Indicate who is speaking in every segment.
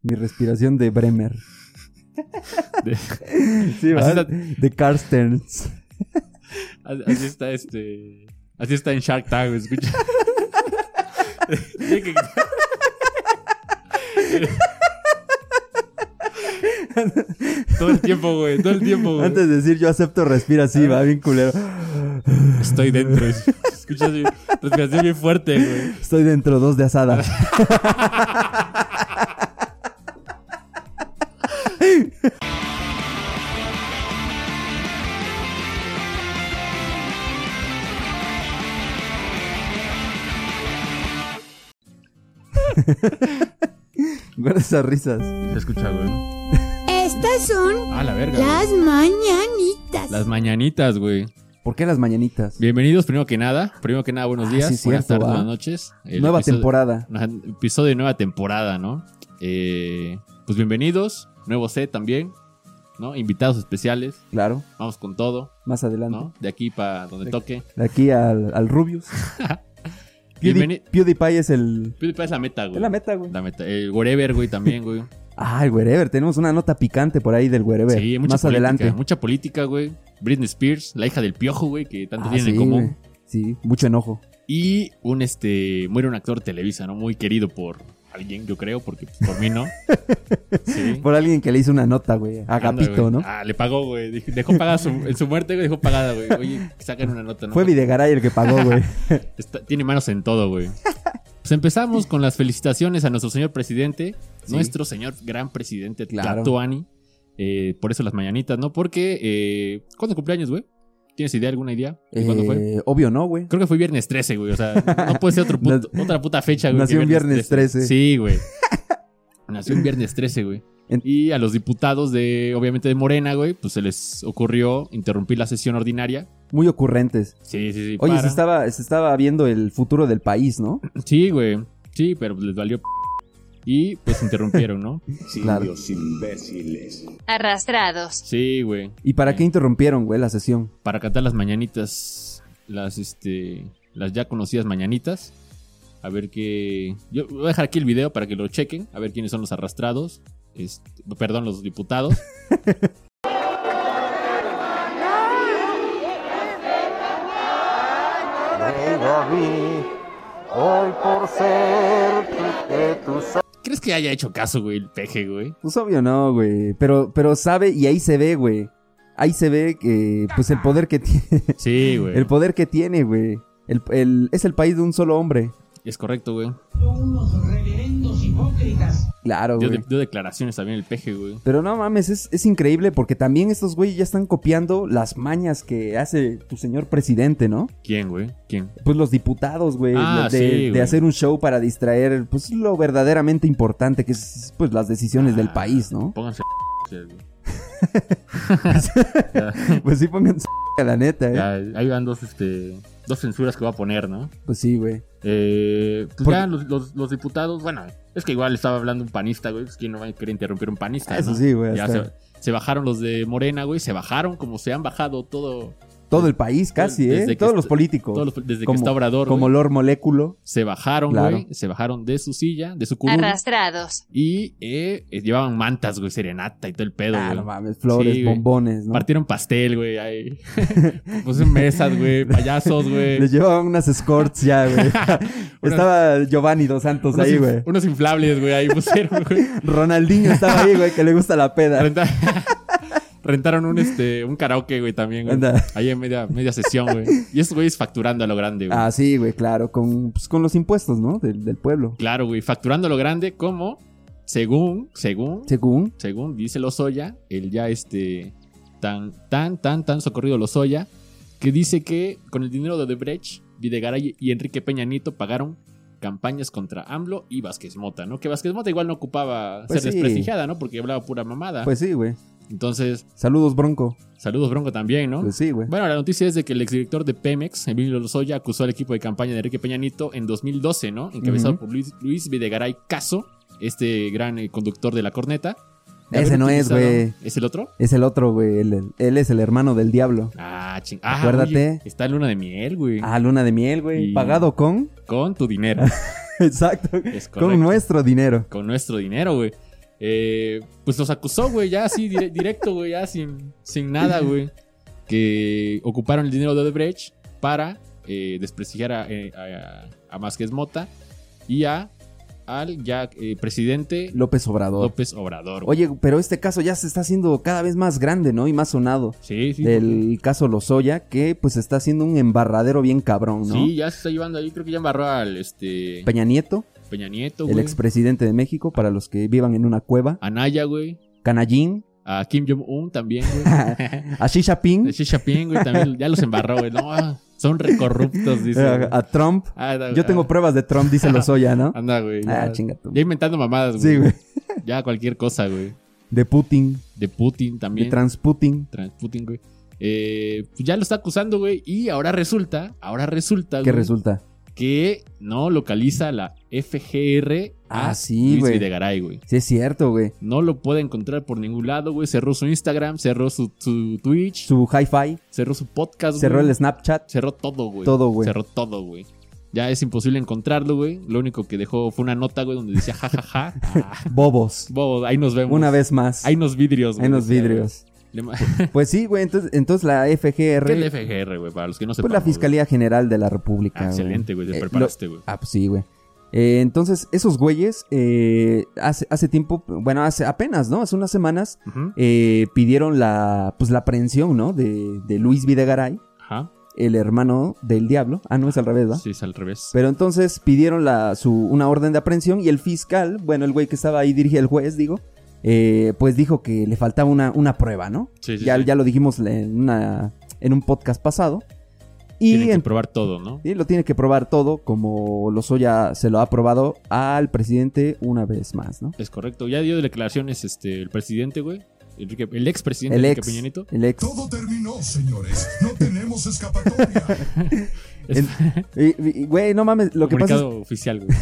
Speaker 1: Mi respiración de Bremer.
Speaker 2: De-
Speaker 1: Sí,
Speaker 2: Así
Speaker 1: ¿verdad? De Carstens.
Speaker 2: Así así está este. Así está en Shark Tank, escucha. Tiene que- todo el tiempo, güey. Todo el tiempo, güey.
Speaker 1: Antes de decir yo acepto, respira así, va bien culero.
Speaker 2: Estoy dentro. es- Escucha así. Respiración bien fuerte, güey.
Speaker 1: Estoy dentro dos de asada. Guarda esas risas.
Speaker 2: Se escucha, güey.
Speaker 3: Estas son
Speaker 2: Ah, la verga. güey.
Speaker 3: las mañanitas.
Speaker 2: Las mañanitas, güey.
Speaker 1: ¿Por qué las mañanitas?
Speaker 2: Bienvenidos, primero que nada. Primero que nada, buenos
Speaker 1: Ah,
Speaker 2: días,
Speaker 1: sí,
Speaker 2: buenas
Speaker 1: cierto,
Speaker 2: tardes,
Speaker 1: va.
Speaker 2: buenas noches. El
Speaker 1: Nueva
Speaker 2: episodio-
Speaker 1: temporada.
Speaker 2: Ajá, Episodio de nueva temporada, ¿no? Eh, pues bienvenidos, nuevo set también, ¿no? Invitados especiales,
Speaker 1: Claro,
Speaker 2: vamos con todo,
Speaker 1: más adelante.
Speaker 2: ¿no? De aquí para donde toque.
Speaker 1: De aquí al, al Rubius. Pewdie-
Speaker 2: Bienveni-
Speaker 1: PewDiePie es el.
Speaker 2: PewDiePie Pues, es la meta, güey.
Speaker 1: Es la meta, güey.
Speaker 2: La meta. El Wherever, güey, también, güey.
Speaker 1: Ah, el Wherever. Tenemos una nota picante por ahí del Wherever.
Speaker 2: sí, mucha
Speaker 1: Más
Speaker 2: política,
Speaker 1: adelante.
Speaker 2: Mucha política, güey. Britney Spears, la hija del piojo, güey, que tanto
Speaker 1: Ah,
Speaker 2: tienen
Speaker 1: sí,
Speaker 2: en común.
Speaker 1: güey. Sí, mucho enojo.
Speaker 2: Y un este. Muere un actor de Televisa, ¿no? Muy querido por alguien, yo creo, porque pues, por mí no. Sí.
Speaker 1: Por alguien que le hizo una nota, güey. Agapito,
Speaker 2: Anda, güey.
Speaker 1: ¿no?
Speaker 2: Ah, le pagó, güey. Dej- Dejó pagada su, en su muerte, güey. Dejó pagada, güey. Oye, sacan una nota, ¿no?
Speaker 1: Fue Videgaray el que pagó, güey.
Speaker 2: Está- tiene manos en todo, güey. Pues empezamos con las felicitaciones a nuestro señor presidente,
Speaker 1: Sí.
Speaker 2: nuestro señor gran presidente
Speaker 1: Claro.
Speaker 2: Tlatuani. Eh, por eso las mañanitas, ¿no? Porque, eh, ¿cuándo cumpleaños, güey? ¿Tienes idea, alguna idea? ¿Y cuándo fue?
Speaker 1: Eh, Obvio no, güey.
Speaker 2: Creo que fue viernes 13, güey. O sea, no puede ser otro puto- otra puta fecha, güey.
Speaker 1: Nació
Speaker 2: que
Speaker 1: un viernes 13.
Speaker 2: Sí, güey. Nació un viernes 13, güey.
Speaker 1: En-
Speaker 2: Y a los diputados de, obviamente, de Morena, güey, pues se les ocurrió interrumpir la sesión ordinaria.
Speaker 1: Muy ocurrentes.
Speaker 2: Sí, sí, sí.
Speaker 1: Oye,
Speaker 2: para.
Speaker 1: se estaba, se estaba viendo el futuro del país, ¿no?
Speaker 2: Sí, güey. Sí, pero les valió. p- Y pues interrumpieron, ¿no?
Speaker 1: Claro.
Speaker 4: Silvios imbéciles.
Speaker 5: Arrastrados.
Speaker 2: Sí, güey.
Speaker 1: ¿Y para qué interrumpieron, güey, la sesión?
Speaker 2: Para cantar las mañanitas, las, este, las ya conocidas mañanitas. A ver qué. Yo voy a dejar aquí el video para que lo chequen. A ver quiénes son los arrastrados. Este, perdón, los diputados.
Speaker 6: Rey David, hoy por ser que tú
Speaker 2: ¿Crees que haya hecho caso, güey, el peje, güey?
Speaker 1: Pues obvio no, güey. Pero, pero sabe y ahí se ve, güey. Ahí se ve que, pues el poder que tiene.
Speaker 2: Sí, güey.
Speaker 1: El poder que tiene, güey. El- el- es el país de un solo hombre.
Speaker 2: Es correcto, güey.
Speaker 7: unos reverendos hipócritas.
Speaker 1: Claro,
Speaker 2: Dio,
Speaker 1: güey.
Speaker 2: dio declaraciones también el peje, güey.
Speaker 1: Pero no mames, es, es increíble porque también estos güeyes ya están copiando las mañas que hace tu señor presidente, ¿no?
Speaker 2: ¿Quién, güey? ¿Quién?
Speaker 1: Pues los diputados, güey, lo
Speaker 2: Ah,
Speaker 1: de,
Speaker 2: sí,
Speaker 1: de
Speaker 2: güey.
Speaker 1: hacer un show para distraer, pues lo verdaderamente importante que es, pues las decisiones del
Speaker 2: Ah.
Speaker 1: país, ¿no?
Speaker 2: Pónganse. güey.
Speaker 1: Pues sí, pónganse a la neta, ¿eh?
Speaker 2: Ya, ahí van dos, este, dos censuras que va a poner, ¿no?
Speaker 1: Pues sí, güey.
Speaker 2: Eh, pues
Speaker 1: Por-
Speaker 2: ya los, los- los diputados, bueno, es que igual estaba hablando un panista, güey. Pues quién no va a querer interrumpir un panista.
Speaker 1: Ah, eso
Speaker 2: ¿no?
Speaker 1: sí, güey,
Speaker 2: Ya
Speaker 1: hasta-
Speaker 2: se, se bajaron los de Morena, güey. Se bajaron como se han bajado todo.
Speaker 1: Todo el país casi,
Speaker 2: Desde
Speaker 1: ¿eh?
Speaker 2: que
Speaker 1: Todos
Speaker 2: est-
Speaker 1: los políticos.
Speaker 2: todos los- desde
Speaker 1: Como-
Speaker 2: que está Obrador,
Speaker 1: Como
Speaker 2: güey,
Speaker 1: Lord Moléculo.
Speaker 2: se bajaron,
Speaker 1: Claro.
Speaker 2: güey. Se bajaron de su silla, de su curul.
Speaker 5: Arrastrados.
Speaker 2: Y eh, eh, llevaban mantas, güey, serenata y todo el pedo,
Speaker 1: Ah,
Speaker 2: güey.
Speaker 1: no mames, flores,
Speaker 2: Sí, güey.
Speaker 1: bombones, ¿no?
Speaker 2: Partieron pastel, güey. ahí. Pusieron mesas, güey, payasos, güey.
Speaker 1: Les llevaban unas escorts ya, güey. Estaba Giovanni Dos Santos
Speaker 2: Unos
Speaker 1: ahí,
Speaker 2: inf-
Speaker 1: güey.
Speaker 2: Unos inflables, güey, ahí pusieron, güey.
Speaker 1: Ronaldinho estaba ahí, güey, que le gusta la peda.
Speaker 2: Renta- Rentaron un, este, un karaoke, güey, también, güey.
Speaker 1: Anda.
Speaker 2: Ahí en media, media sesión, güey. Y estos güeyes facturando a lo grande, güey.
Speaker 1: Ah, sí, güey, claro, con, pues, con los impuestos, ¿no? Del, del pueblo.
Speaker 2: Claro, güey, facturando a lo grande como, según, según,
Speaker 1: Según.
Speaker 2: según dice Lozoya, el ya, este, tan, tan, tan, tan socorrido Lozoya, que dice que con el dinero de Odebrecht, Videgaray y Enrique Peña Nieto pagaron campañas contra AMLO y Vázquez Mota, ¿no? Que Vázquez Mota igual no ocupaba
Speaker 1: Pues
Speaker 2: ser
Speaker 1: sí.
Speaker 2: desprestigiada, ¿no? Porque hablaba pura mamada.
Speaker 1: Pues sí, güey.
Speaker 2: Entonces,
Speaker 1: Saludos, Bronco.
Speaker 2: saludos Bronco también, ¿no?
Speaker 1: Pues sí, güey.
Speaker 2: Bueno, la noticia es de que el exdirector de Pemex, Emilio Lozoya, acusó al equipo de campaña de Enrique Peña Nieto en 2012, ¿no? Encabezado
Speaker 1: Ujú.
Speaker 2: por Luis, Luis Videgaray Caso, este gran eh, conductor de la corneta. de
Speaker 1: Ese
Speaker 2: haber
Speaker 1: no es,
Speaker 2: utilizado-
Speaker 1: güey.
Speaker 2: ¿Es el otro?
Speaker 1: Es el otro, güey. el- el- él es el hermano del diablo.
Speaker 2: Ah, ching. Ah,
Speaker 1: Acuérdate.
Speaker 2: oye, está en luna de miel, güey.
Speaker 1: Ah, luna de miel, güey.
Speaker 2: Y-
Speaker 1: Pagado con.
Speaker 2: Con tu dinero.
Speaker 1: Exacto.
Speaker 2: Es correcto.
Speaker 1: Con nuestro dinero.
Speaker 2: Con nuestro dinero, güey. eh, pues los acusó, güey, ya así dire- directo, güey, ya sin, sin nada, güey. Que ocuparon el dinero de Odebrecht para eh, desprestigiar a, eh, a, a Vázquez Mota y a al ya eh, presidente
Speaker 1: López Obrador.
Speaker 2: López Obrador. güey.
Speaker 1: Oye, pero este caso ya se está haciendo cada vez más grande, ¿no? Y más sonado.
Speaker 2: sí, sí.
Speaker 1: Del caso Lozoya, que pues está haciendo un embarradero bien cabrón, ¿no?
Speaker 2: Sí, ya se está llevando ahí, creo que ya embarró al este
Speaker 1: Peña Nieto,
Speaker 2: Peña Nieto,
Speaker 1: el
Speaker 2: güey.
Speaker 1: expresidente de México, para los que vivan en una cueva.
Speaker 2: A Naya, güey.
Speaker 1: Canallín,
Speaker 2: A Kim Jong-un también, güey.
Speaker 1: a Xi Jinping,
Speaker 2: A Xi Jinping, güey, también ya los embarró, güey. No, ah, son recorruptos, dice.
Speaker 1: eh,
Speaker 2: güey.
Speaker 1: a Trump.
Speaker 2: Ah, no,
Speaker 1: Yo tengo
Speaker 2: ah,
Speaker 1: pruebas de Trump, dice Lozoya, ¿no?
Speaker 2: Anda, güey.
Speaker 1: Ah,
Speaker 2: Ya,
Speaker 1: chinga tú.
Speaker 2: ya inventando mamadas, güey.
Speaker 1: Sí, güey.
Speaker 2: Ya cualquier cosa, güey.
Speaker 1: De Putin,
Speaker 2: De Putin
Speaker 1: de
Speaker 2: también.
Speaker 1: Transputin.
Speaker 2: Trans Putin, güey. Eh, pues ya lo está acusando, güey. Y ahora resulta, ahora resulta,
Speaker 1: ¿Qué
Speaker 2: güey,
Speaker 1: resulta?
Speaker 2: que no localiza la FGR a
Speaker 1: Ah, sí,
Speaker 2: Luis
Speaker 1: güey.
Speaker 2: Videgaray, güey.
Speaker 1: Sí, es cierto, güey.
Speaker 2: No lo puede encontrar por ningún lado, güey. Cerró su Instagram, cerró su, su Twitch,
Speaker 1: Su hi-fi,
Speaker 2: cerró su podcast,
Speaker 1: cerró
Speaker 2: güey.
Speaker 1: el Snapchat.
Speaker 2: Cerró todo, güey.
Speaker 1: Todo, güey.
Speaker 2: Cerró todo, güey. Ya es imposible encontrarlo, güey. Lo único que dejó fue una nota, güey, donde decía jajaja. Ah,
Speaker 1: Bobos.
Speaker 2: bobo, ahí nos vemos.
Speaker 1: Una vez más.
Speaker 2: Ahí nos vidrios, güey.
Speaker 1: En los
Speaker 2: decía, güey.
Speaker 1: vidrios.
Speaker 2: Le ma-
Speaker 1: Pues sí, güey. Entonces, entonces la FGR.
Speaker 2: ¿Qué es la FGR, güey? Para los que no sepan.
Speaker 1: Pues la
Speaker 2: güey.
Speaker 1: Fiscalía General de la República.
Speaker 2: Ah,
Speaker 1: güey.
Speaker 2: excelente, güey. Te
Speaker 1: Eh, lo-
Speaker 2: preparaste, güey.
Speaker 1: Ah, pues sí, güey. Eh, entonces, esos güeyes, eh, hace, hace tiempo, bueno, hace apenas, ¿no? Hace unas semanas,
Speaker 2: Ujú.
Speaker 1: eh, pidieron la, pues, la aprehensión, ¿no? De, de Luis Videgaray,
Speaker 2: Ajá.
Speaker 1: el hermano del diablo. Ah, no, es al revés, ¿va?
Speaker 2: Sí, es al revés.
Speaker 1: Pero entonces pidieron la, su, una orden de aprehensión y el fiscal, bueno, el güey que estaba ahí, dirige el juez, digo, eh, pues dijo que le faltaba una, una prueba, ¿no?
Speaker 2: Sí, sí,
Speaker 1: ya,
Speaker 2: sí.
Speaker 1: ya lo dijimos en, una, en un podcast pasado.
Speaker 2: Tienen
Speaker 1: Y
Speaker 2: que
Speaker 1: en-
Speaker 2: probar todo, ¿no?
Speaker 1: y lo tiene que probar todo, como Lozoya se lo ha probado al presidente una vez más, ¿no?
Speaker 2: Es correcto. Ya dio declaraciones este, el presidente, güey. Enrique- el ex presidente
Speaker 1: El
Speaker 2: Enrique
Speaker 1: ex.
Speaker 2: Peña Nieto.
Speaker 1: El ex.
Speaker 4: Todo terminó, señores. No tenemos escapatoria.
Speaker 2: Es
Speaker 1: Y- y- Güey, no mames, lo que pasa es
Speaker 2: comunicado oficial, güey.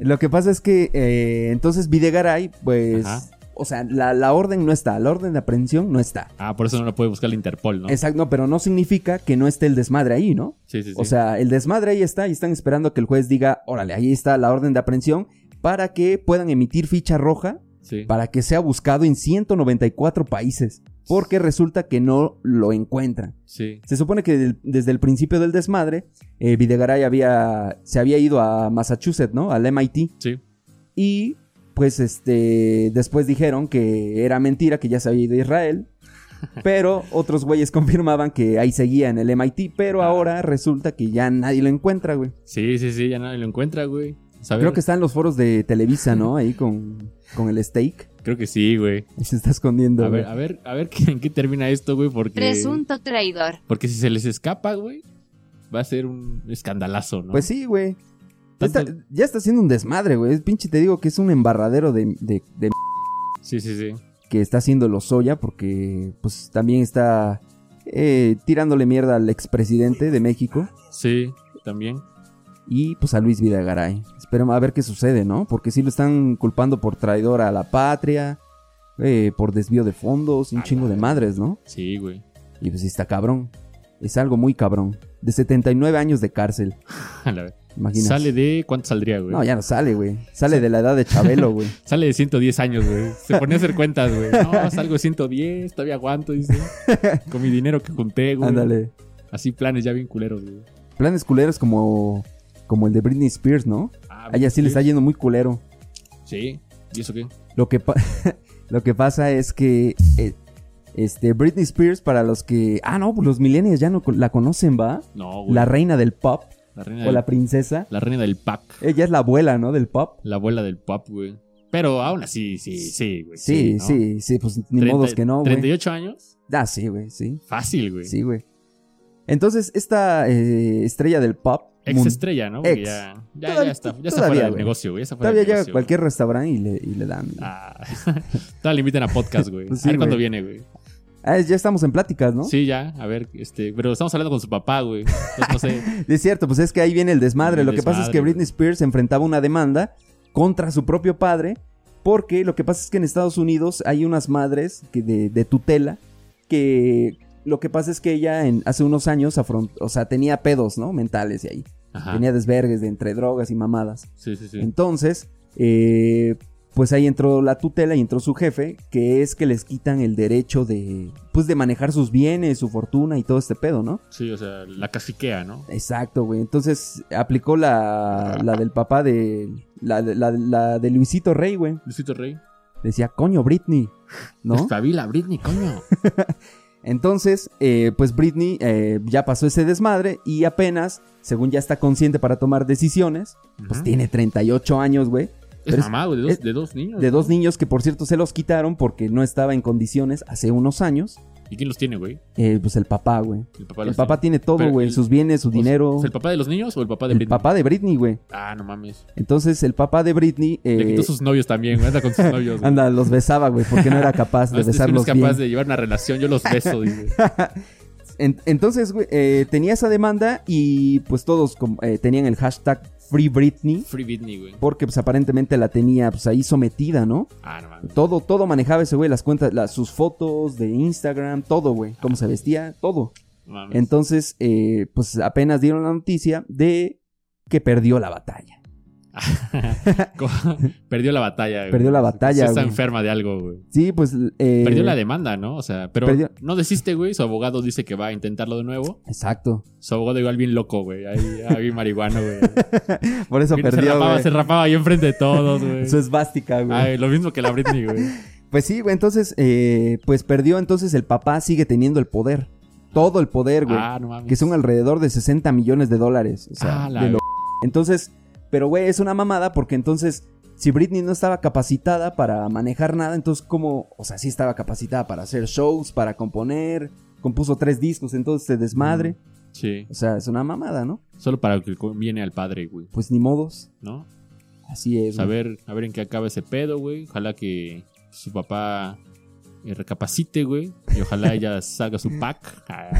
Speaker 1: Lo que pasa es que eh, entonces Videgaray, pues,
Speaker 2: Ajá.
Speaker 1: o sea, la, la orden no está, la orden de aprehensión no está.
Speaker 2: Ah, por eso no lo puede buscar la Interpol, ¿no?
Speaker 1: Exacto, no, pero no significa que no esté el desmadre ahí, ¿no?
Speaker 2: Sí, sí, sí.
Speaker 1: O sea, el desmadre ahí está y están esperando que el juez diga, órale, ahí está la orden de aprehensión para que puedan emitir ficha roja
Speaker 2: Sí.
Speaker 1: para que sea buscado en 194 países, porque resulta que no lo encuentran.
Speaker 2: Sí.
Speaker 1: Se supone que del- desde el principio del desmadre, eh, Videgaray había, se había ido a Massachusetts, ¿no? Al MIT.
Speaker 2: Sí.
Speaker 1: Y pues este después dijeron que era mentira, que ya se había ido a Israel. Pero otros güeyes confirmaban que ahí seguía en el MIT,
Speaker 2: Ah.
Speaker 1: pero ahora resulta que ya nadie lo encuentra, güey.
Speaker 2: Sí, sí, sí, ya nadie lo encuentra, güey. O sea, a
Speaker 1: Creo
Speaker 2: ver,
Speaker 1: que está en los foros de Televisa, ¿no? Ahí con, con el steak.
Speaker 2: creo que sí, güey.
Speaker 1: Y se está escondiendo.
Speaker 2: A ver,
Speaker 1: güey.
Speaker 2: a ver, a ver qué- en qué termina esto, güey, porque
Speaker 5: Presunto traidor.
Speaker 2: porque si se les escapa, güey, va a ser un escandalazo, ¿no?
Speaker 1: Pues sí, güey. Ya
Speaker 2: Tanto-
Speaker 1: está- ya está haciendo un desmadre, güey. Es Pinche, te digo que es un embarradero de- de- de
Speaker 2: sí, sí, sí.
Speaker 1: que está haciendo Lozoya porque pues también está eh, tirándole mierda al expresidente de México
Speaker 2: Sí, también.
Speaker 1: y pues a Luis Vidagaray. Esperemos a ver qué sucede, ¿no? Porque sí lo están culpando por traidor a la patria, eh, por desvío de fondos, un
Speaker 2: A
Speaker 1: chingo
Speaker 2: la
Speaker 1: de madres, ¿no?
Speaker 2: Sí, güey.
Speaker 1: Y pues sí está cabrón. Es algo muy cabrón. De 79 años de cárcel,
Speaker 2: A la ver.
Speaker 1: imagínate.
Speaker 2: Sale de ¿cuánto saldría, güey?
Speaker 1: No, ya no sale, güey. Sale de la edad de Chabelo, güey.
Speaker 2: Sale de 110 años, güey. Se ponía a hacer cuentas, güey. No, salgo de 110, todavía aguanto, dice. Con mi dinero que junté, güey.
Speaker 1: Ándale.
Speaker 2: Así planes ya bien culeros, güey.
Speaker 1: Planes culeros como, como el de Britney Spears, ¿no?
Speaker 2: Ah,
Speaker 1: A ella sí le está yendo muy culero.
Speaker 2: Sí. ¿Y eso qué?
Speaker 1: Lo que, pa- lo que pasa es que eh, este, Britney Spears, para los que. Ah, no, pues los millennials ya no co- la conocen, ¿va?
Speaker 2: No, güey.
Speaker 1: La reina del pop
Speaker 2: La reina
Speaker 1: o
Speaker 2: del-
Speaker 1: la princesa.
Speaker 2: la reina del pack.
Speaker 1: Ella es la abuela, ¿no? Del pop.
Speaker 2: La abuela del pop, güey. Pero aún así, sí, sí, güey.
Speaker 1: Sí,
Speaker 2: ¿no?
Speaker 1: sí, sí, pues ni
Speaker 2: Treinta-
Speaker 1: modo es que no, güey.
Speaker 2: 38 años.
Speaker 1: Ah, sí, güey, sí.
Speaker 2: Fácil, güey.
Speaker 1: Sí, güey. Entonces, esta eh, estrella del pop.
Speaker 2: Ex
Speaker 1: mun-
Speaker 2: estrella, ¿no? Porque
Speaker 1: Ex.
Speaker 2: Ya, ya,
Speaker 1: Todavía-
Speaker 2: ya está, ya está
Speaker 1: todavía,
Speaker 2: fuera del
Speaker 1: güey.
Speaker 2: negocio, güey. ya está fuera
Speaker 1: Todavía
Speaker 2: del
Speaker 1: llega a
Speaker 2: negocio,
Speaker 1: cualquier restaurante y le, y le dan.
Speaker 2: güey. Ah, todavía le invitan a podcast, güey.
Speaker 1: Pues
Speaker 2: a
Speaker 1: sí,
Speaker 2: ver cuándo
Speaker 1: güey.
Speaker 2: viene, güey.
Speaker 1: Ah, es- ya estamos en pláticas, ¿no?
Speaker 2: Sí, ya, a ver, este, pero estamos hablando con su papá, güey. Entonces, no sé.
Speaker 1: Es cierto, pues es que ahí viene el desmadre.
Speaker 2: El
Speaker 1: lo que pasa es que
Speaker 2: desmadre,
Speaker 1: Britney
Speaker 2: güey.
Speaker 1: Spears enfrentaba una demanda contra su propio padre, porque lo que pasa es que en Estados Unidos hay unas madres que de, de tutela que lo que pasa es que ella en, hace unos años afron- o sea, tenía pedos, ¿no? Mentales y ahí.
Speaker 2: Ajá.
Speaker 1: Tenía desvergues de entre drogas y mamadas.
Speaker 2: Sí, sí, sí.
Speaker 1: Entonces, eh, pues ahí entró la tutela y entró su jefe, que es que les quitan el derecho de, pues de manejar sus bienes, su fortuna y todo este pedo, ¿no?
Speaker 2: Sí, o sea, la caciquea, ¿no?
Speaker 1: Exacto, güey. Entonces aplicó la, la del papá de, la, la- la de Luisito Rey, güey.
Speaker 2: Luisito Rey.
Speaker 1: Decía, coño, Britney, ¿no?
Speaker 2: Espabila, Britney, coño.
Speaker 1: Entonces, eh, pues Britney eh, ya pasó ese desmadre y apenas, según ya está consciente para tomar decisiones, pues
Speaker 2: Ujú.
Speaker 1: tiene 38 años, güey.
Speaker 2: Es
Speaker 1: pero es-
Speaker 2: mamá, güey, de, dos-
Speaker 1: es-
Speaker 2: de dos niños.
Speaker 1: De dos
Speaker 2: ¿no?
Speaker 1: niños que por cierto se los quitaron porque no estaba en condiciones hace unos años.
Speaker 2: ¿Y quién los tiene, güey?
Speaker 1: Eh, pues el papá, güey.
Speaker 2: El papá,
Speaker 1: El
Speaker 2: los
Speaker 1: papá tiene todo,
Speaker 2: Pero
Speaker 1: güey.
Speaker 2: el-
Speaker 1: Sus bienes, su
Speaker 2: tiene.
Speaker 1: dinero.
Speaker 2: ¿Es el papá de los niños o el papá de
Speaker 1: El
Speaker 2: Britney?
Speaker 1: papá de Britney, güey.
Speaker 2: Ah, no mames.
Speaker 1: Entonces el papá de Britney... eh,
Speaker 2: Le quitó sus novios también, güey. Anda con sus novios. güey.
Speaker 1: Anda, los besaba, güey, porque no era capaz
Speaker 2: No,
Speaker 1: de
Speaker 2: es- es que no
Speaker 1: besarlos
Speaker 2: es capaz
Speaker 1: bien.
Speaker 2: de llevar una relación, yo los beso, dice.
Speaker 1: En- entonces, güey, eh, tenía esa demanda y pues todos com- eh, tenían el hashtag Free Britney.
Speaker 2: Free Britney, güey.
Speaker 1: Porque pues aparentemente la tenía pues ahí sometida, ¿no?
Speaker 2: Ah, no mames.
Speaker 1: Todo, todo manejaba ese güey, las cuentas, las, sus fotos de Instagram, todo, güey. Cómo se vestía, todo.
Speaker 2: No mames.
Speaker 1: Entonces, eh, pues apenas dieron la noticia de que perdió la batalla.
Speaker 2: Co- Perdió la batalla, güey.
Speaker 1: Perdió la batalla,
Speaker 2: Sí está
Speaker 1: güey.
Speaker 2: enferma de algo, güey.
Speaker 1: Sí, pues... eh,
Speaker 2: Perdió la demanda, ¿no? O sea, pero
Speaker 1: perdió-
Speaker 2: no desiste, güey. Su abogado dice que va a intentarlo de nuevo.
Speaker 1: Exacto.
Speaker 2: Su abogado igual bien loco, güey. Ahí, ahí bien marihuano, güey.
Speaker 1: Por eso
Speaker 2: Bien, se
Speaker 1: perdió,
Speaker 2: rapaba,
Speaker 1: güey.
Speaker 2: se rapaba ahí enfrente de todos, güey.
Speaker 1: Su esvástica, güey.
Speaker 2: Ay, lo mismo que la Britney, güey.
Speaker 1: Pues sí, güey, entonces, eh, pues perdió, entonces el papá sigue teniendo el poder. Todo el poder, güey.
Speaker 2: Ah, no mames.
Speaker 1: que son alrededor de 60 millones de dólares. O sea,
Speaker 2: Ah, la
Speaker 1: de lo- Entonces, pero güey, es una mamada porque entonces, si Britney no estaba capacitada para manejar nada, entonces como, o sea, sí estaba capacitada para hacer shows, para componer, compuso tres discos, entonces se desmadre.
Speaker 2: Mm. Sí.
Speaker 1: O sea, es una mamada, ¿no?
Speaker 2: Solo para que conviene al padre, güey.
Speaker 1: Pues ni modos.
Speaker 2: ¿No?
Speaker 1: Así es.
Speaker 2: pues, a
Speaker 1: güey.
Speaker 2: ver, a ver en qué acaba ese pedo, güey. Ojalá que su papá eh, recapacite, güey. Y ojalá ella salga su pack. Ah,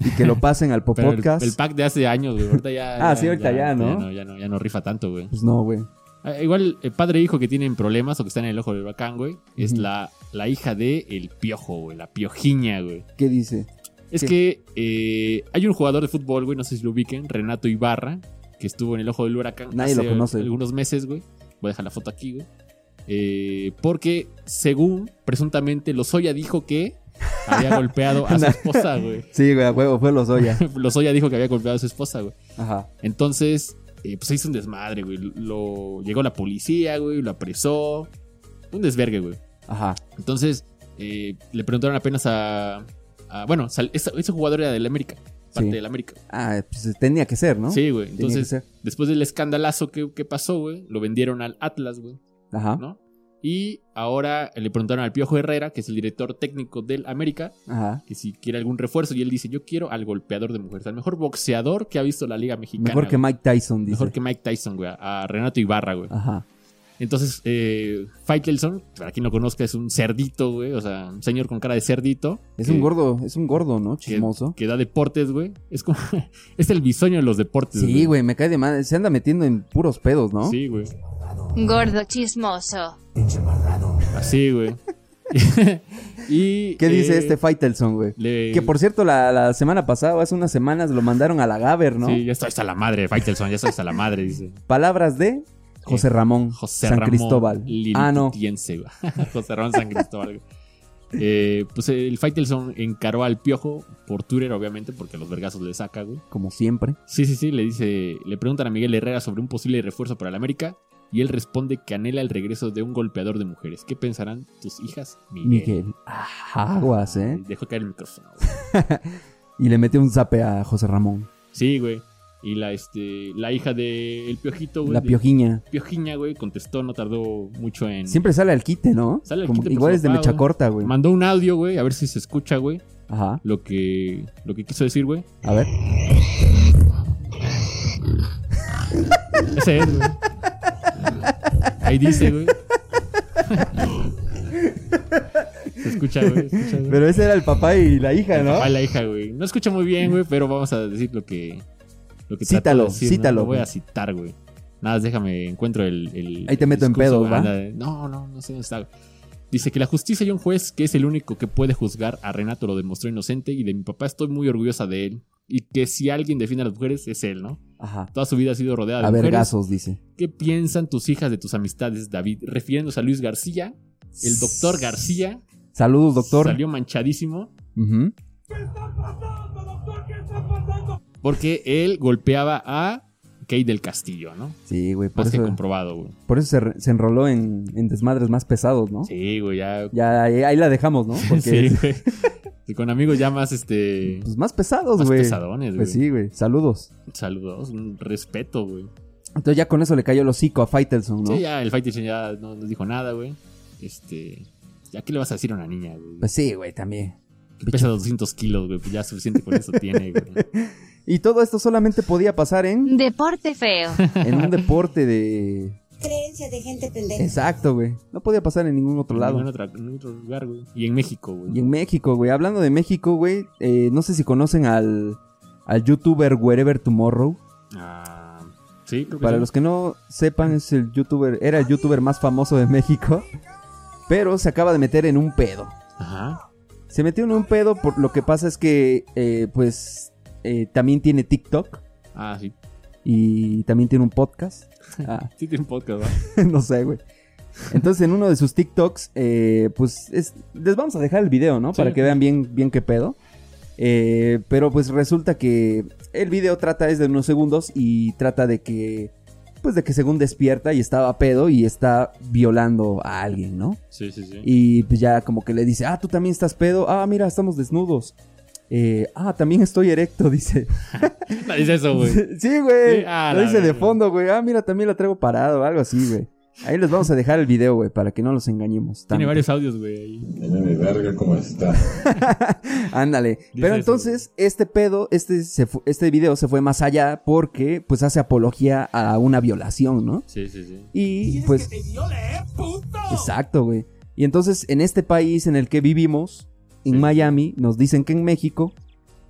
Speaker 1: Y que lo pasen al
Speaker 2: pero el-
Speaker 1: podcast.
Speaker 2: El, pack de hace años, güey. Ahorita ya.
Speaker 1: Ah, sí, ahorita ya, ¿no?
Speaker 2: Ya no, ya no, ya no rifa tanto, güey.
Speaker 1: Pues no, güey.
Speaker 2: Ah, Igual, el padre e hijo que tienen problemas o que están en el ojo del huracán, güey, es
Speaker 1: Ujú.
Speaker 2: la, la hija de El Piojo, güey, la Piojiña, güey.
Speaker 1: ¿Qué dice?
Speaker 2: Es
Speaker 1: Sí.
Speaker 2: que eh, hay un jugador de fútbol, güey, no sé si lo ubiquen, Renato Ibarra, que estuvo en el ojo del huracán
Speaker 1: Nadie lo conoce.
Speaker 2: algunos meses, güey. Voy a dejar la foto aquí, güey. Eh, porque, según presuntamente, Lozoya dijo que había golpeado a su esposa, güey.
Speaker 1: Sí, güey, a huevo, fue los Oya.
Speaker 2: Lozoya dijo que había golpeado a su esposa, güey.
Speaker 1: Ajá.
Speaker 2: Entonces, eh, pues se hizo un desmadre, güey. Lo, llegó la policía, güey, lo apresó. Un desvergue, güey.
Speaker 1: Ajá.
Speaker 2: Entonces, eh, le preguntaron apenas a. a- bueno, sal- esa- ese jugador era del América. Parte
Speaker 1: Sí.
Speaker 2: del América.
Speaker 1: Ah, pues tenía que ser, ¿no?
Speaker 2: Sí, güey.
Speaker 1: Tenía que
Speaker 2: Entonces,
Speaker 1: ser.
Speaker 2: después del escandalazo que, que pasó, güey, lo vendieron al Atlas, güey,
Speaker 1: Ajá.
Speaker 2: ¿no? Y ahora eh, le preguntaron al Piojo Herrera, que es el director técnico del América,
Speaker 1: Ajá.
Speaker 2: que si quiere algún refuerzo. Y él dice: Yo quiero al golpeador de mujeres, al mejor boxeador que ha visto la Liga Mexicana.
Speaker 1: Mejor que
Speaker 2: güey.
Speaker 1: Mike Tyson, dice. Ah.
Speaker 2: Mejor que Mike Tyson, güey, a Renato Ibarra, güey.
Speaker 1: Ajá.
Speaker 2: Entonces, eh, Faitelson, para quien lo conozca, es un cerdito, güey. O sea, un señor con cara de cerdito.
Speaker 1: Es
Speaker 2: que-
Speaker 1: un gordo, es un gordo, ¿no? Chismoso.
Speaker 2: Que da deportes, güey. Es como. es el bisoño de los deportes,
Speaker 1: Sí, güey, me cae de madre. Se anda metiendo en puros pedos, ¿no?
Speaker 2: Sí, güey.
Speaker 5: Gordo chismoso.
Speaker 2: Así, güey. y.
Speaker 1: ¿Qué dice
Speaker 2: eh,
Speaker 1: este Faitelson, güey?
Speaker 2: le-
Speaker 1: Que por cierto, la, la semana pasada, o hace unas semanas, lo mandaron a la Gaber, ¿no?
Speaker 2: Sí, ya estoy hasta la madre, Faitelson, ya estoy hasta la madre, dice.
Speaker 1: Palabras de José Ramón
Speaker 2: José
Speaker 1: San
Speaker 2: Ramón
Speaker 1: Cristóbal. Ah, no.
Speaker 2: Liliputiense, güey. José Ramón San Cristóbal. güey. Eh, pues el Faitelson encaró al piojo por Twitter, obviamente, porque los vergazos le saca, güey.
Speaker 1: Como siempre.
Speaker 2: Sí, sí, sí, le dice, le preguntan a Miguel Herrera sobre un posible refuerzo para el América y él responde que anhela el regreso de un golpeador de mujeres. ¿Qué pensarán tus hijas, Miguel?
Speaker 1: Miguel. Ajá, aguas, ¿eh?
Speaker 2: Ah, Dejó caer el micrófono. güey.
Speaker 1: Y le metió un zape a José Ramón.
Speaker 2: Sí, güey. Y la, este, la hija del piojito, güey.
Speaker 1: La
Speaker 2: de
Speaker 1: piojiña.
Speaker 2: Piojiña, güey, contestó, no tardó mucho en...
Speaker 1: Siempre sale al quite, ¿no?
Speaker 2: Sale al
Speaker 1: Como-
Speaker 2: quite por
Speaker 1: igual
Speaker 2: su
Speaker 1: es de
Speaker 2: papá,
Speaker 1: mecha
Speaker 2: güey.
Speaker 1: corta, güey.
Speaker 2: Mandó un audio, güey, a ver si se escucha, güey,
Speaker 1: Ajá.
Speaker 2: lo que, lo que quiso decir, güey.
Speaker 1: A ver.
Speaker 2: Ese es, güey. Ahí dice, güey. Se escucha, güey. se escucha, güey.
Speaker 1: Pero ese era el papá y la hija, ¿no?
Speaker 2: Papá y la hija, güey. No escucha muy bien, güey, pero vamos a decir lo que. Lo que
Speaker 1: Cítalo,
Speaker 2: trato de decir, ¿no?
Speaker 1: cítalo,
Speaker 2: Lo voy a
Speaker 1: güey.
Speaker 2: citar, güey. Nada, más déjame, encuentro el. el-
Speaker 1: Ahí te
Speaker 2: el
Speaker 1: meto en
Speaker 2: discurso,
Speaker 1: pedos,
Speaker 2: güey.
Speaker 1: ¿va?
Speaker 2: Anda, No, no, no sé dónde está. güey. Dice que la justicia y un juez que es el único que puede juzgar a Renato lo demostró inocente y de mi papá estoy muy orgullosa de él. y que si alguien defiende a las mujeres es él, ¿no?
Speaker 1: Ajá.
Speaker 2: Toda su vida ha sido rodeada de
Speaker 1: A
Speaker 2: mujeres.
Speaker 1: vergazos, dice.
Speaker 2: ¿Qué piensan tus hijas de tus amistades, David? Refiriéndose a Luis García, el doctor García,
Speaker 1: Saludos, doctor.
Speaker 2: salió manchadísimo
Speaker 1: Ujú.
Speaker 2: porque él golpeaba a Kate del Castillo, ¿no?
Speaker 1: Sí, güey. Por
Speaker 2: Más que
Speaker 1: eso,
Speaker 2: comprobado, güey.
Speaker 1: por eso se, re- se enroló en, en desmadres más pesados, ¿no?
Speaker 2: Sí, güey, ya.
Speaker 1: Ya ahí, ahí la dejamos, ¿no? Porque
Speaker 2: Sí, güey. Sí, Con amigos ya más, este.
Speaker 1: pues más pesados,
Speaker 2: Más
Speaker 1: güey.
Speaker 2: pesadones,
Speaker 1: Pues
Speaker 2: güey.
Speaker 1: sí, güey. Saludos.
Speaker 2: Saludos, un respeto, güey.
Speaker 1: Entonces ya con eso le cayó el hocico a Faitelson, ¿no?
Speaker 2: Sí, ya el Fight Edition ya no nos dijo nada, güey. Este. ¿Ya qué le vas a decir a una niña, güey?
Speaker 1: Pues sí, güey, también.
Speaker 2: Que pesa 200 kilos, güey. Pues ya suficiente con eso tiene, güey.
Speaker 1: Y todo esto solamente podía pasar en,
Speaker 5: Deporte feo.
Speaker 1: en un deporte de...
Speaker 8: Creencia de gente pendeja.
Speaker 1: Exacto, güey. No podía pasar en ningún otro lado.
Speaker 2: En, otra- en otro lugar, güey. Y en México, güey.
Speaker 1: Y en México, güey. Hablando de México, güey. eh, no sé si conocen al, al youtuber Wherever Tomorrow.
Speaker 2: Ah, sí, creo que
Speaker 1: Para
Speaker 2: sí.
Speaker 1: los que no sepan, es el youtuber, era el youtuber más famoso de México. Pero se acaba de meter en un pedo.
Speaker 2: Ajá.
Speaker 1: Se metió en un pedo por lo que pasa es que, eh, pues, eh, también tiene TikTok
Speaker 2: Ah, sí.
Speaker 1: y también tiene un podcast. Ah,
Speaker 2: Sí, tiene un podcast, ¿va?
Speaker 1: no sé, güey. Entonces, en uno de sus TikToks, eh, pues, es- les vamos a dejar el video, ¿no?
Speaker 2: Sí.
Speaker 1: Para que vean bien, bien qué pedo. Eh, pero pues resulta que el video trata es de unos segundos y trata de que, pues, de que según despierta y estaba pedo y está violando a alguien, ¿no?
Speaker 2: Sí, sí, sí.
Speaker 1: Y pues ya como que le dice, ah, tú también estás pedo. Ah, mira, estamos desnudos. Eh, ah, también estoy erecto, dice.
Speaker 2: No dice eso, güey.
Speaker 1: sí, güey.
Speaker 2: Sí, ah,
Speaker 1: lo
Speaker 2: la
Speaker 1: dice de
Speaker 2: verga.
Speaker 1: fondo, güey. Ah, mira, también la traigo parado, algo así, güey. Ahí les vamos a dejar el video, güey, para que no los engañemos.
Speaker 2: Tiene
Speaker 1: tanto.
Speaker 2: varios audios, güey. ahí.
Speaker 1: Ándale.
Speaker 2: Dice
Speaker 1: Pero
Speaker 2: eso,
Speaker 1: entonces, este pedo, este, se fu- este video se fue más allá porque, pues, hace apología a una violación, ¿no?
Speaker 2: Sí, sí, sí.
Speaker 1: Y pues. Exacto, güey. Y entonces, en este país en el que vivimos, en
Speaker 2: Sí.
Speaker 1: Miami, nos dicen que en México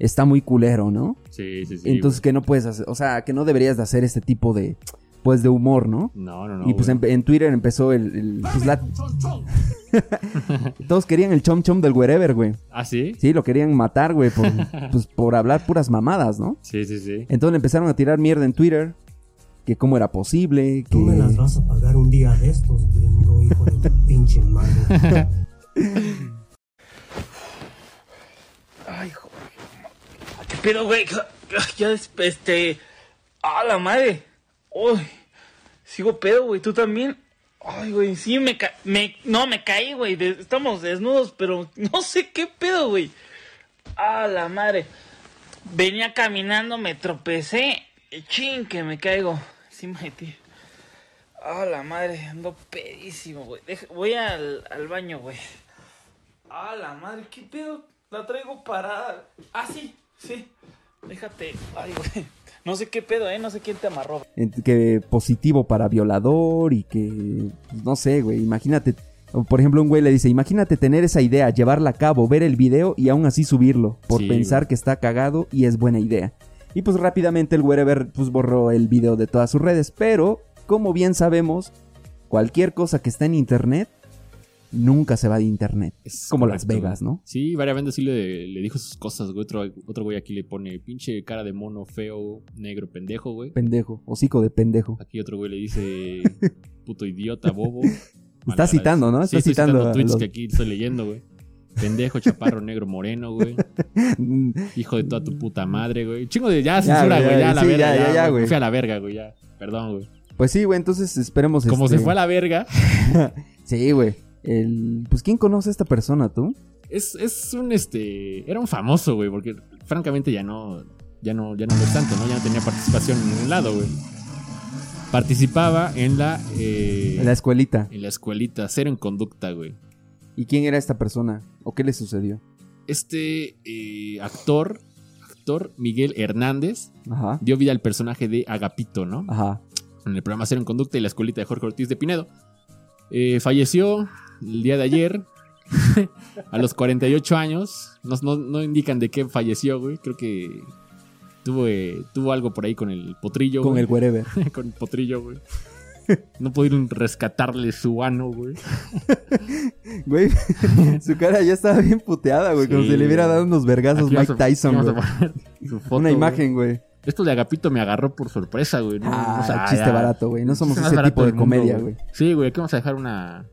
Speaker 1: está muy culero, ¿no?
Speaker 2: Sí, sí, sí.
Speaker 1: entonces, que no puedes hacer, o sea, que no deberías de hacer este tipo de, pues, de humor, ¿no?
Speaker 2: güey. No, no, no.
Speaker 1: y pues
Speaker 2: güey.
Speaker 1: en, en Twitter empezó el... el- pues, la- todos querían el chom chom del wherever, güey.
Speaker 2: ¿Ah, sí?
Speaker 1: Sí, lo querían matar, güey, por, pues, por hablar puras mamadas, ¿no?
Speaker 2: Sí, sí, sí.
Speaker 1: Entonces le empezaron a tirar mierda en Twitter. Que cómo era posible. Que...
Speaker 9: Tú me las vas a pagar un día de estos, gringo, hijo de tu pinche madre.
Speaker 10: Ay, joder. ¿Qué pedo, güey? Ya, des- este... ¡A la madre! ¡Uy! Sigo pedo, güey. ¿Tú también? Ay, güey. Sí, me, ca- me... No, me caí, güey. de- Estamos desnudos, pero no sé qué pedo, güey. ¡A la madre! Venía caminando, me tropecé. ¡Chin, que me caigo! Sí, metí. ¡A la madre! Ando pedísimo, güey. Deja- Voy al, al baño, güey. Ah, la madre, ¿qué pedo? La traigo parada. Ah, sí, sí. Déjate. Ay, güey. No sé qué pedo, ¿eh? No sé quién te amarró.
Speaker 1: ent- que positivo para violador y que pues, no sé, güey, imagínate, o, por ejemplo, un güey le dice, "Imagínate tener esa idea, llevarla a cabo, ver el video y aún así subirlo por
Speaker 2: Sí,
Speaker 1: pensar que está cagado y es buena idea." Y pues rápidamente el wherever pues borró el video de todas sus redes, pero como bien sabemos, cualquier cosa que está en internet nunca se va de internet.
Speaker 2: Es
Speaker 1: como Las
Speaker 2: correcto,
Speaker 1: Vegas,
Speaker 2: güey.
Speaker 1: ¿no?
Speaker 2: Sí, variamente sí le, le dijo sus cosas, güey. Otro, otro güey aquí le pone pinche cara de mono feo, negro, pendejo, güey.
Speaker 1: Pendejo, hocico de pendejo.
Speaker 2: Aquí otro güey le dice puto idiota, bobo.
Speaker 1: Está citando, ¿no? Está
Speaker 2: Sí, estoy
Speaker 1: citando
Speaker 2: citando
Speaker 1: a
Speaker 2: tweets
Speaker 1: los-
Speaker 2: que aquí estoy leyendo, güey. Pendejo, chaparro, negro, moreno, güey. Hijo de toda tu puta madre, güey. Chingo de ya,
Speaker 1: Ya,
Speaker 2: censura,
Speaker 1: güey,
Speaker 2: güey.
Speaker 1: ya,
Speaker 2: Ya, a la
Speaker 1: sí,
Speaker 2: verga.
Speaker 1: ya, ya,
Speaker 2: Ya,
Speaker 1: ya,
Speaker 2: güey.
Speaker 1: güey.
Speaker 2: Fui a la verga, güey. Ya. Perdón, güey.
Speaker 1: Pues sí, güey, entonces esperemos
Speaker 2: Como
Speaker 1: este-
Speaker 2: se fue a la verga.
Speaker 1: Sí, güey. El... Pues ¿quién conoce a esta persona tú?
Speaker 2: Es, es un este. Era un famoso, güey. Porque francamente ya no. Ya no, ya no lo es tanto, ¿no? Ya no tenía participación en ningún lado, güey. Participaba en la, eh,
Speaker 1: En la escuelita.
Speaker 2: en la escuelita, cero en conducta, güey.
Speaker 1: ¿Y quién era esta persona? ¿O qué le sucedió?
Speaker 2: este eh, actor, actor Miguel Hernández,
Speaker 1: Ajá.
Speaker 2: dio vida al personaje de Agapito, ¿no?
Speaker 1: Ajá.
Speaker 2: En el programa Cero en Conducta y la escuelita de Jorge Ortiz de Pinedo. Eh, falleció el día de ayer, a los 48 años. No, no- no indican de qué falleció, güey. Creo que tuvo, eh, tuvo algo por ahí con el potrillo.
Speaker 1: Con
Speaker 2: güey.
Speaker 1: el wherever.
Speaker 2: con el potrillo, güey. No pudieron rescatarle su ano, güey.
Speaker 1: Güey, su cara ya estaba bien puteada, güey. Como
Speaker 2: Sí,
Speaker 1: si le hubiera
Speaker 2: güey.
Speaker 1: dado unos vergazos
Speaker 2: Aquí vamos
Speaker 1: Mike
Speaker 2: a-
Speaker 1: Tyson,
Speaker 2: aquí
Speaker 1: güey.
Speaker 2: vamos a poner Su foto,
Speaker 1: Una
Speaker 2: güey.
Speaker 1: imagen, güey.
Speaker 2: Esto de Agapito me agarró por sorpresa, güey. No,
Speaker 1: Ah,
Speaker 2: o sea,
Speaker 1: chiste
Speaker 2: ya.
Speaker 1: barato, güey. No somos
Speaker 2: Es el más
Speaker 1: ese
Speaker 2: barato
Speaker 1: tipo de
Speaker 2: del mundo,
Speaker 1: comedia, güey.
Speaker 2: Sí, güey, aquí vamos a dejar una.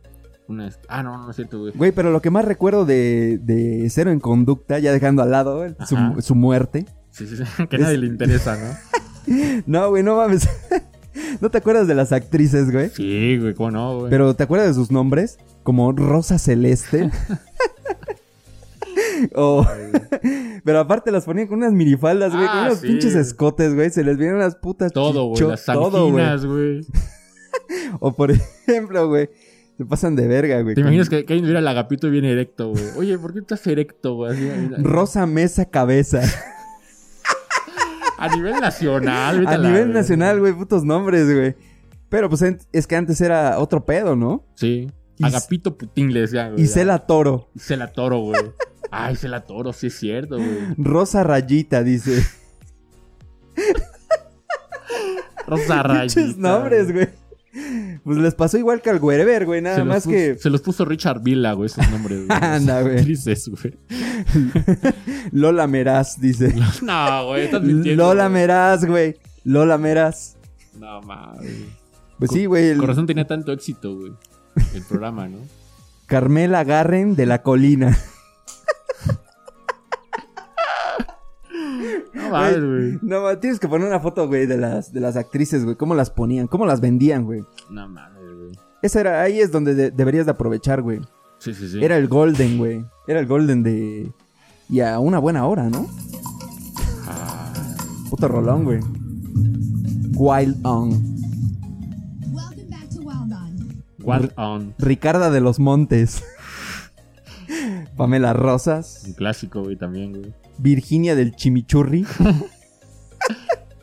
Speaker 2: una est- ah, no, no es cierto, güey.
Speaker 1: Güey, pero lo que más recuerdo de, de Cero en Conducta, ya dejando al lado güey, su,
Speaker 2: Ajá.
Speaker 1: su muerte.
Speaker 2: Sí, sí, sí, que a nadie
Speaker 1: Es-
Speaker 2: le interesa, ¿no?
Speaker 1: No, güey, no mames. ¿No te acuerdas de las actrices, güey?
Speaker 2: Sí, güey, cómo no, güey.
Speaker 1: Pero ¿te acuerdas de sus nombres? Como Rosa Celeste. o... Pero aparte las ponían con unas minifaldas, güey, con
Speaker 2: Ah,
Speaker 1: unos
Speaker 2: sí.
Speaker 1: pinches escotes, güey. Se les vieron las putas
Speaker 2: Todo, güey.
Speaker 1: chicho-
Speaker 2: Las
Speaker 1: todo, güey.
Speaker 2: sanginas, güey.
Speaker 1: O por ejemplo, güey, se pasan de verga, güey.
Speaker 2: ¿Te
Speaker 1: con
Speaker 2: imaginas que que alguien viera al agapito bien erecto, güey? Oye, ¿por qué estás erecto, güey? Así, mira,
Speaker 1: Rosa Mesa Cabeza.
Speaker 2: A nivel nacional, vete
Speaker 1: A
Speaker 2: la
Speaker 1: nivel
Speaker 2: verga.
Speaker 1: nacional, güey, putos nombres, güey. Pero pues en- es que antes era otro pedo, ¿no?
Speaker 2: Sí.
Speaker 1: Y-
Speaker 2: Agapito Putín le decía, güey.
Speaker 1: Y Cela Toro.
Speaker 2: Y Cela Toro, güey. Ay, Cela Toro, sí es cierto, güey.
Speaker 1: Rosa Rayita, dice.
Speaker 2: Rosa Rayita.
Speaker 1: Pinches nombres, güey. Pues les pasó igual que al Werber, güey. Nada
Speaker 2: Se los
Speaker 1: más
Speaker 2: puso-
Speaker 1: que
Speaker 2: Se los puso Richard Villa, güey, esos nombres, güey.
Speaker 1: Anda, güey.
Speaker 2: Actrices, güey.
Speaker 1: Lola Meraz, dice.
Speaker 2: No, güey, estás mintiendo.
Speaker 1: Lola
Speaker 2: güey.
Speaker 1: Meraz, güey. Lola Meraz.
Speaker 2: No, mames.
Speaker 1: Pues
Speaker 2: Co-
Speaker 1: sí, güey. el-
Speaker 2: Corazón tenía tanto éxito, güey. El programa, ¿no?
Speaker 1: Carmela Garren de la Colina.
Speaker 2: No mames,
Speaker 1: Güey,
Speaker 2: güey.
Speaker 1: No, ma- tienes que poner una foto, güey, de las, de las actrices, güey. ¿Cómo las ponían? ¿Cómo las vendían, güey?
Speaker 2: No mames, güey.
Speaker 1: Esa era, ahí es donde de- deberías de aprovechar, güey.
Speaker 2: Sí, sí, sí.
Speaker 1: Era el Golden, güey. Era el Golden de. Y a una buena hora, ¿no?
Speaker 2: Ah.
Speaker 1: Puto rolón, güey. Wild On.
Speaker 2: Wild On.
Speaker 1: Ricarda de los Montes. Pamela
Speaker 2: Un
Speaker 1: Rosas.
Speaker 2: clásico, güey, también, güey.
Speaker 1: Virginia del Chimichurri.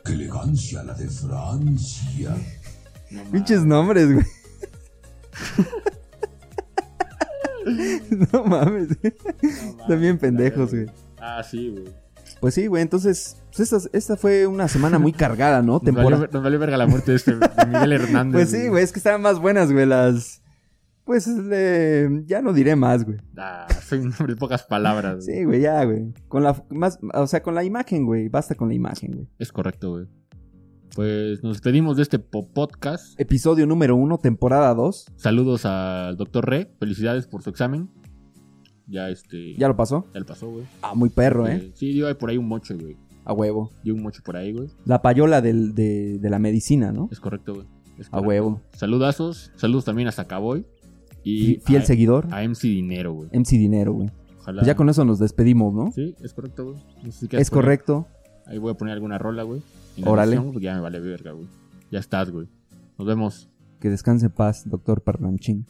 Speaker 4: ¡Qué elegancia la de Francia!
Speaker 2: No mames.
Speaker 1: Pinches nombres, güey. no mames. Están bien pendejos, güey.
Speaker 2: Ah, sí, güey.
Speaker 1: Pues sí, güey. Entonces, pues esta, esta fue una semana muy cargada, ¿no?
Speaker 2: Nos valió,
Speaker 1: Temporada.
Speaker 2: ver- nos valió verga la muerte de este de Miguel
Speaker 1: Pues
Speaker 2: Hernández.
Speaker 1: sí, güey, es que estaban más buenas, güey, las... Pues le- ya no diré más, güey.
Speaker 2: Ah, soy un hombre de pocas palabras. güey.
Speaker 1: Sí, güey, ya, güey. Con la más, o sea, con la imagen, güey. Basta con la imagen, güey.
Speaker 2: Es correcto, güey. Pues nos despedimos de este po- podcast.
Speaker 1: Episodio número uno, temporada 2.
Speaker 2: Saludos al doctor Re. Felicidades por su examen. Ya este.
Speaker 1: ¿Ya lo pasó?
Speaker 2: ya lo pasó, güey.
Speaker 1: Ah, muy perro, eh.
Speaker 2: Eh, Sí, dio ahí por ahí un mocho, güey.
Speaker 1: A huevo.
Speaker 2: Dio un mocho por ahí, güey.
Speaker 1: La payola del- de, de la medicina, ¿no?
Speaker 2: Es correcto, güey. Es
Speaker 1: A
Speaker 2: correcto.
Speaker 1: huevo.
Speaker 2: Saludazos. Saludos también a Sacaboy. Y
Speaker 1: Fi- Fiel
Speaker 2: a,
Speaker 1: seguidor.
Speaker 2: a MC Dinero, güey.
Speaker 1: MC Dinero, güey.
Speaker 2: Ojalá.
Speaker 1: Pues ya con eso nos despedimos, ¿no?
Speaker 2: Sí, es correcto, güey. No sé si quieres
Speaker 1: Es
Speaker 2: poner-
Speaker 1: correcto.
Speaker 2: Ahí voy a poner alguna rola, güey. en la
Speaker 1: Órale.
Speaker 2: edición, porque ya me vale verga, güey. Ya estás, güey. Nos vemos.
Speaker 1: Que descanse en paz, doctor Parlanchín.